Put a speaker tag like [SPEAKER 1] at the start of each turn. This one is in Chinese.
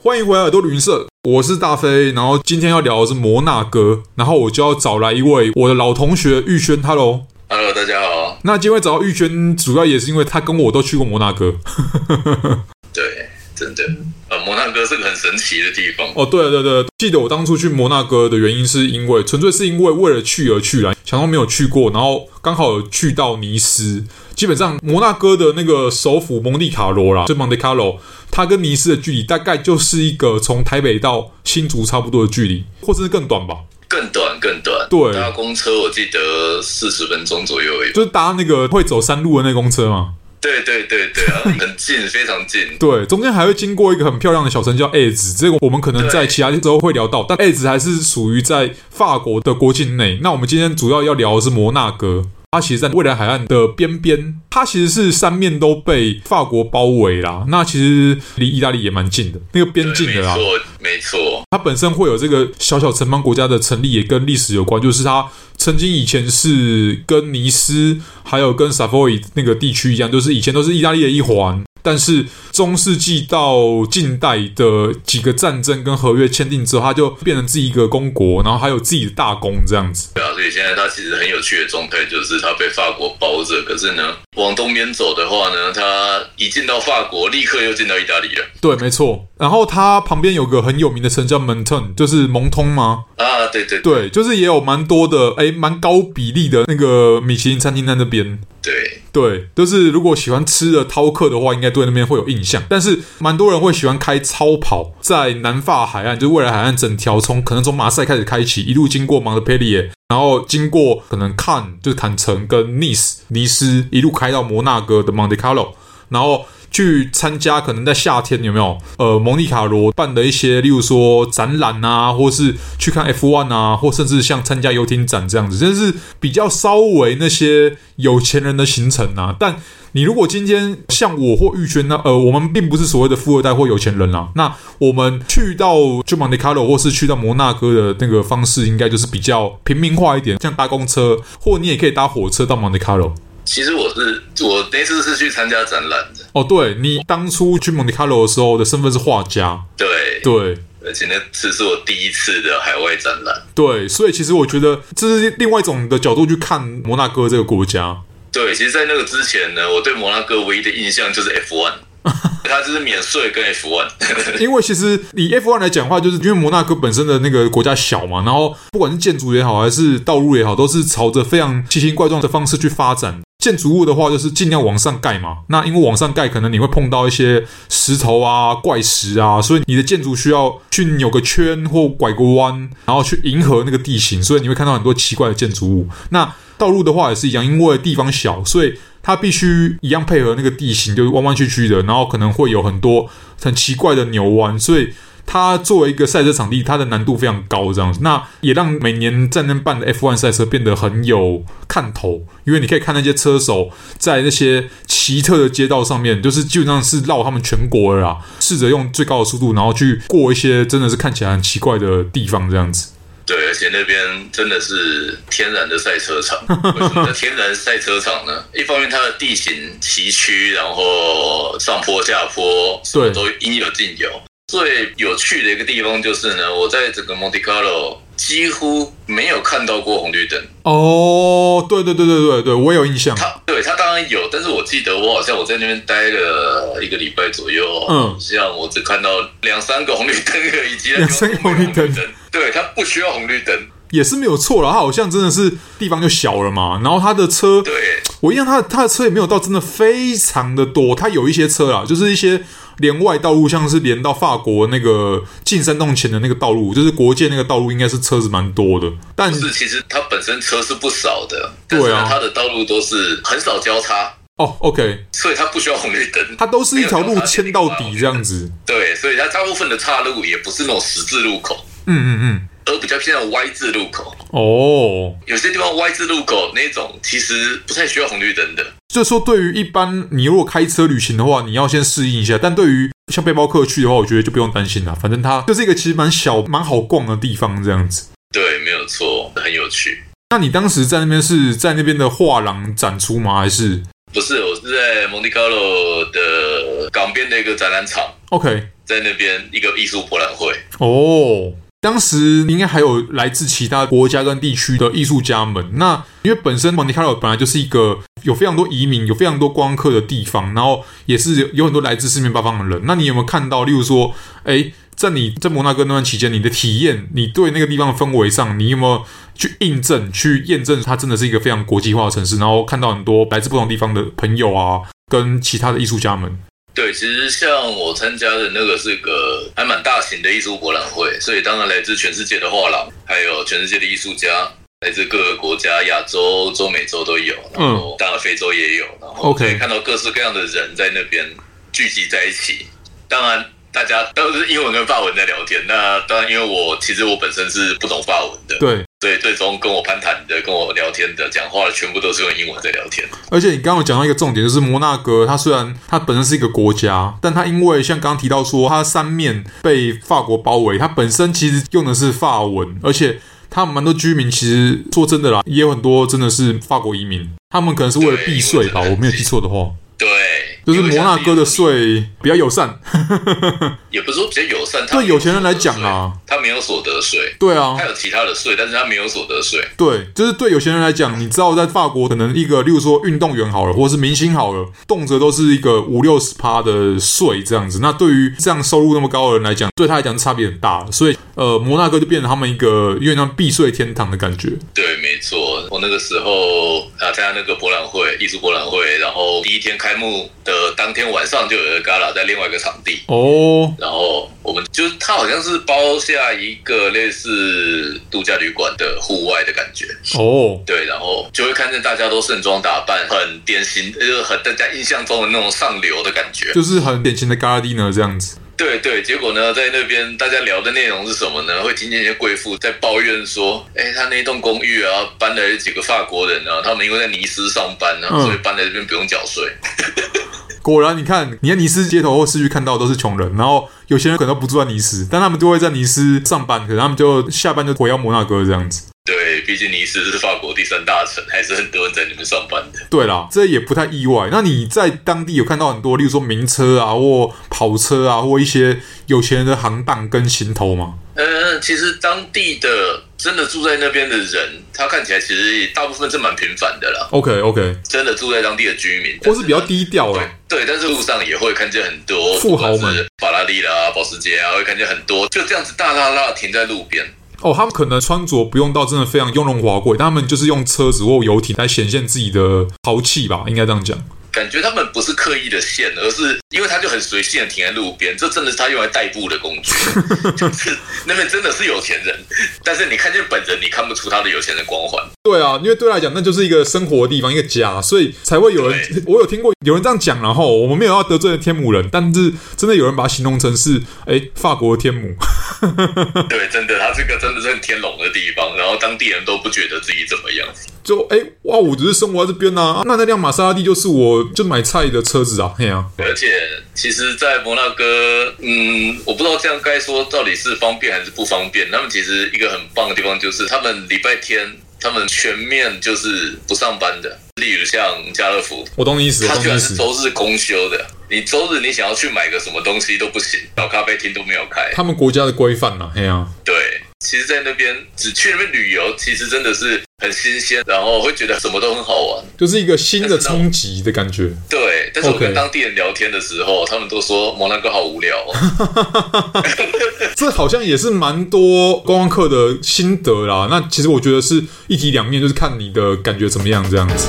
[SPEAKER 1] 欢迎回来耳朵旅行社，我是大飞。然后今天要聊的是摩纳哥，然后我就要找来一位我的老同学玉轩哈喽。
[SPEAKER 2] Hello，大家好。
[SPEAKER 1] 那今天会找到玉轩，主要也是因为他跟我都去过摩纳哥。
[SPEAKER 2] 对，真的，
[SPEAKER 1] 嗯
[SPEAKER 2] 呃，摩纳哥是个很神奇的地方。
[SPEAKER 1] 哦，对了对了对了，记得我当初去摩纳哥的原因是因为纯粹是因为为了去而去啦，想到没有去过，然后刚好有去到尼斯。基本上摩纳哥的那个首府蒙地卡罗啦，就 Monte Carlo，它跟尼斯的距离大概就是一个从台北到新竹差不多的距离，或者是更短吧。
[SPEAKER 2] 更短，更短。
[SPEAKER 1] 对
[SPEAKER 2] 搭公车我记得四十分钟左右而已。
[SPEAKER 1] 就是搭那个会走山路的那公车嘛。
[SPEAKER 2] 对对对 对啊，很近，非常近。
[SPEAKER 1] 对，中间还会经过一个很漂亮的小城叫 a 子，这个我们可能在
[SPEAKER 2] 对
[SPEAKER 1] 其他时候会聊到，但 a 子还是属于在法国的国境内。那我们今天主要要聊的是摩纳哥，它其实在未来海岸的边边，它其实是三面都被法国包围啦。那其实离意大利也蛮近的，那个边境
[SPEAKER 2] 没
[SPEAKER 1] 的啊啦。
[SPEAKER 2] 错，没错。
[SPEAKER 1] 它本身会有这个小小城邦国家的成立，也跟历史有关，就是它曾经以前是跟尼斯还有跟 Savoy 那个地区一样，就是以前都是意大利的一环。但是中世纪到近代的几个战争跟合约签订之后，它就变成自己一个公国，然后还有自己的大公这样子。
[SPEAKER 2] 对啊，所以现在它其实很有趣的状态就是它被法国包着，可是呢，往东边走的话呢，它一进到法国，立刻又进到意大利了。
[SPEAKER 1] 对，没错。然后它旁边有个很有名的城叫蒙腾，就是蒙通吗？
[SPEAKER 2] 啊，对对
[SPEAKER 1] 对，就是也有蛮多的，诶，蛮高比例的那个米其林餐厅在那边。
[SPEAKER 2] 对，
[SPEAKER 1] 对，就是如果喜欢吃的饕客的话，应该对那边会有印象。但是蛮多人会喜欢开超跑，在南法海岸，就是未来海岸整条从可能从马赛开始开启，一路经过蒙特佩利耶，然后经过可能坎，就是坎城跟尼斯、尼斯，一路开到摩纳哥的 Monte Carlo，然后。去参加可能在夏天有没有？呃，蒙尼卡罗办的一些，例如说展览啊，或是去看 F1 啊，或甚至像参加游艇展这样子，真是比较稍微那些有钱人的行程啊。但你如果今天像我或玉轩呢，呃，我们并不是所谓的富二代或有钱人啦、那我们去到就 Monte Carlo 或是去到摩纳哥的那个方式，应该就是比较平民化一点，像搭公车，或你也可以搭火车到 Monte Carlo。
[SPEAKER 2] 其实我是我那次是去参加展览的，
[SPEAKER 1] 哦，对你当初去 Monte Carlo 的时候的身份是画家，
[SPEAKER 2] 对，
[SPEAKER 1] 对。
[SPEAKER 2] 而且那次是我第一次的海外展览。
[SPEAKER 1] 对，所以其实我觉得这是另外一种的角度去看摩纳哥这个国家。
[SPEAKER 2] 对，其实，在那个之前呢，我对摩纳哥唯一的印象就是 F1，它就是免税跟 F1。
[SPEAKER 1] 因为其实以 F1 来讲的话，就是因为摩纳哥本身的那个国家小嘛，然后不管是建筑也好，还是道路也好，都是朝着非常奇形怪状的方式去发展。建筑物的话，就是尽量往上盖嘛。那因为往上盖，可能你会碰到一些石头啊、怪石啊，所以你的建筑需要去扭个圈或拐个弯，然后去迎合那个地形，所以你会看到很多奇怪的建筑物。那道路的话也是一样，因为地方小，所以它必须一样配合那个地形，就是弯弯曲曲的，然后可能会有很多很奇怪的扭弯，所以它作为一个赛车场地，它的难度非常高，这样子，那也让每年在那办的 F1 赛车变得很有看头，因为你可以看那些车手在那些奇特的街道上面，就是基本上是绕他们全国了啦，试着用最高的速度，然后去过一些真的是看起来很奇怪的地方，这样子。
[SPEAKER 2] 对，而且那边真的是天然的赛车场。为什么叫天然赛车场呢？一方面它的地形崎岖，然后上坡下坡，什么
[SPEAKER 1] 对
[SPEAKER 2] 都应有尽有。最有趣的一个地方就是呢，我在整个 Monte Carlo 几乎没有看到过红绿灯。
[SPEAKER 1] 哦，对对对对对对，我有印象。
[SPEAKER 2] 他对他当然有，但是我记得我好像我在那边待了一个礼拜左右，
[SPEAKER 1] 嗯
[SPEAKER 2] 像我只看到两三个红绿灯而已，
[SPEAKER 1] 两三个红绿灯，
[SPEAKER 2] 对他不需要红绿灯，
[SPEAKER 1] 也是没有错了，它好像真的是地方就小了嘛，然后它的车，
[SPEAKER 2] 对
[SPEAKER 1] 我印象它的它的车也没有到真的非常的多，它有一些车啦，就是一些连外道路，像是连到法国那个进山洞前的那个道路，就是国界那个道路，应该是车子蛮多的，但
[SPEAKER 2] 是其实它本身车是不少的，
[SPEAKER 1] 对
[SPEAKER 2] 但
[SPEAKER 1] 啊
[SPEAKER 2] 是呢它的道路都是很少交叉，
[SPEAKER 1] 哦，OK，
[SPEAKER 2] 所以它不需要红绿灯，
[SPEAKER 1] 它都是一条路牵到底这样子，
[SPEAKER 2] 对，所以它大部分的岔路也不是那种十字路口，
[SPEAKER 1] 嗯嗯嗯，
[SPEAKER 2] 而比较偏向 Y 字路口，
[SPEAKER 1] 哦，
[SPEAKER 2] 有些地方 Y 字路口那种其实不太需要红绿灯的。
[SPEAKER 1] 就说对于一般你如果开车旅行的话，你要先适应一下，但对于像背包客去的话，我觉得就不用担心啦，反正它就是一个其实蛮小、蛮好逛的地方这样子。
[SPEAKER 2] 对，没有错，很有趣。
[SPEAKER 1] 那你当时在那边是在那边的画廊展出吗？还是
[SPEAKER 2] 不是，我是在蒙地卡罗的港边的一个展览场。
[SPEAKER 1] OK？
[SPEAKER 2] 在那边一个艺术博览会。
[SPEAKER 1] 哦，当时应该还有来自其他国家跟地区的艺术家们。那因为本身蒙特卡洛本来就是一个有非常多移民、有非常多观光客的地方，然后也是有有很多来自四面八方的人。那你有没有看到，例如说，哎，在你在摩纳哥那段期间，你的体验，你对那个地方的氛围上，你有没有去印证、去验证它真的是一个非常国际化的城市？然后看到很多来自不同地方的朋友啊，跟其他的艺术家们。
[SPEAKER 2] 对，其实像我参加的那个是个还蛮大型的艺术博览会，所以当然来自全世界的画廊，还有全世界的艺术家，来自各个国家，亚洲、中美洲都有，然后当然非洲也有，然后
[SPEAKER 1] OK
[SPEAKER 2] 可以看到各式各样的人在那边聚集在一起。当然，大家都是英文跟法文在聊天。那当然，因为我其实我本身是不懂法文的，
[SPEAKER 1] 对，
[SPEAKER 2] 所以最终跟我攀谈的、跟我聊天的、讲话的，全部都是用英文在聊天。
[SPEAKER 1] 而且你刚刚有讲到一个重点，就是摩纳哥，它虽然它本身是一个国家，但它因为像刚刚提到说，它三面被法国包围，它本身其实用的是法文，而且他们蛮多居民其实说真的啦，也有很多真的是法国移民，他们可能是为了避税吧，
[SPEAKER 2] 对
[SPEAKER 1] 我没有记错的话，
[SPEAKER 2] 对，
[SPEAKER 1] 就是
[SPEAKER 2] 因为
[SPEAKER 1] 摩
[SPEAKER 2] 像
[SPEAKER 1] 纳哥的
[SPEAKER 2] 比如
[SPEAKER 1] 税比较友善，
[SPEAKER 2] 也不是说比较友善，他
[SPEAKER 1] 对
[SPEAKER 2] 没有
[SPEAKER 1] 有钱人来讲
[SPEAKER 2] 所得税
[SPEAKER 1] 啊，
[SPEAKER 2] 他没有所得税，
[SPEAKER 1] 对啊
[SPEAKER 2] 他，有其他的税，但是他没有所得税。
[SPEAKER 1] 对，就是对有钱人来讲，你知道，在法国可能一个，例如说运动员好了，或是明星好了，动辄都是一个五六十趴的税这样子。那对于这样收入那么高的人来讲，对他来讲差别很大。所以，呃，摩纳哥就变成他们一个有点像避税天堂的感觉。
[SPEAKER 2] 对，没错，我那个时候啊参加那个博览会，艺术博览会，然后第一天开幕的当天晚上就有一个 gala 在另外一个场地。
[SPEAKER 1] 哦，
[SPEAKER 2] 然后我们就是他好像是包下一个类似度假旅馆的户外的感觉，
[SPEAKER 1] 哦，
[SPEAKER 2] 对，然后就会看见大家都盛装打扮，很典型，就是很大家印象中的那种上流的感觉。
[SPEAKER 1] 就是很典型的 Gardiner 这样子。
[SPEAKER 2] 对对，结果呢，在那边大家聊的内容是什么呢？会听见一些贵妇在抱怨说，哎，她那栋公寓啊，搬来几个法国人啊，他们因为在尼斯上班呢、啊，
[SPEAKER 1] 嗯
[SPEAKER 2] 所以搬来这边不用缴税。
[SPEAKER 1] 果然，你看，你在尼斯街头或市区看到都是穷人，然后有些人可能都不住在尼斯，但他们就会在尼斯上班，可能他们就下班就回到摩纳哥这样子。
[SPEAKER 2] 对，毕竟尼斯是法国第三大城，还是很多人在那边上班的。
[SPEAKER 1] 对啦，这也不太意外。那你在当地有看到很多，例如说名车啊，或跑车啊，或一些有钱人的行当跟行头吗？
[SPEAKER 2] 呃，其实当地的真的住在那边的人，他看起来其实大部分是蛮平凡的啦，
[SPEAKER 1] OK OK，
[SPEAKER 2] 真的住在当地的居民，
[SPEAKER 1] 或是比较
[SPEAKER 2] 但呢
[SPEAKER 1] 低调啦。
[SPEAKER 2] 对，但是路上也会看见很多
[SPEAKER 1] 富豪们，
[SPEAKER 2] 不管是法拉利啦、保时捷啊，会看见很多就这样子大大大停在路边。
[SPEAKER 1] 哦，他们可能穿着不用到真的非常雍容华贵，但他们就是用车子或游艇来显现自己的豪气吧，应该这样讲。
[SPEAKER 2] 感觉他们不是刻意的陷，而是因为他就很随性的停在路边，这真的是他用来代步的工 具。就是那边真的是有钱人，但是你看见本人，你看不出他的有钱人光环。
[SPEAKER 1] 对啊，因为对他来讲，那就是一个生活的地方，一个家，所以才会有人。 我有听过有人这样讲，然后我们没有要得罪天母人，但是真的有人把它形容成是，哎，法国的天母。
[SPEAKER 2] 对，真的，他这个真的是很天龙的地方，然后当地人都不觉得自己怎么样。
[SPEAKER 1] 就哎、哇，我只是生活在这边呐、啊，那那辆玛莎拉蒂就是我就买菜的车子啊，嘿啊，
[SPEAKER 2] 而且，其实，在摩纳哥，嗯，我不知道这样该说到底是方便还是不方便。他们其实一个很棒的地方就是，他们礼拜天他们全面就是不上班的。例如像家乐福，
[SPEAKER 1] 我懂你意思，我
[SPEAKER 2] 它
[SPEAKER 1] 懂
[SPEAKER 2] 居
[SPEAKER 1] 你意
[SPEAKER 2] 然是
[SPEAKER 1] 思。
[SPEAKER 2] 周日公休的。你周日你想要去买个什么东西都不行，小咖啡厅都没有开。
[SPEAKER 1] 他们国家的规范呐，嘿啊，
[SPEAKER 2] 对，其实，在那边只去那边旅游，其实真的是很新鲜，然后会觉得什么都很好玩。
[SPEAKER 1] 就是一个新的冲击的感觉。
[SPEAKER 2] 对，但是我
[SPEAKER 1] OK
[SPEAKER 2] 跟当地人聊天的时候，他们都说摩纳哥好无聊、哦。
[SPEAKER 1] 这好像也是蛮多观光客的心得啦。那其实我觉得是一体两面，就是看你的感觉怎么样这样子。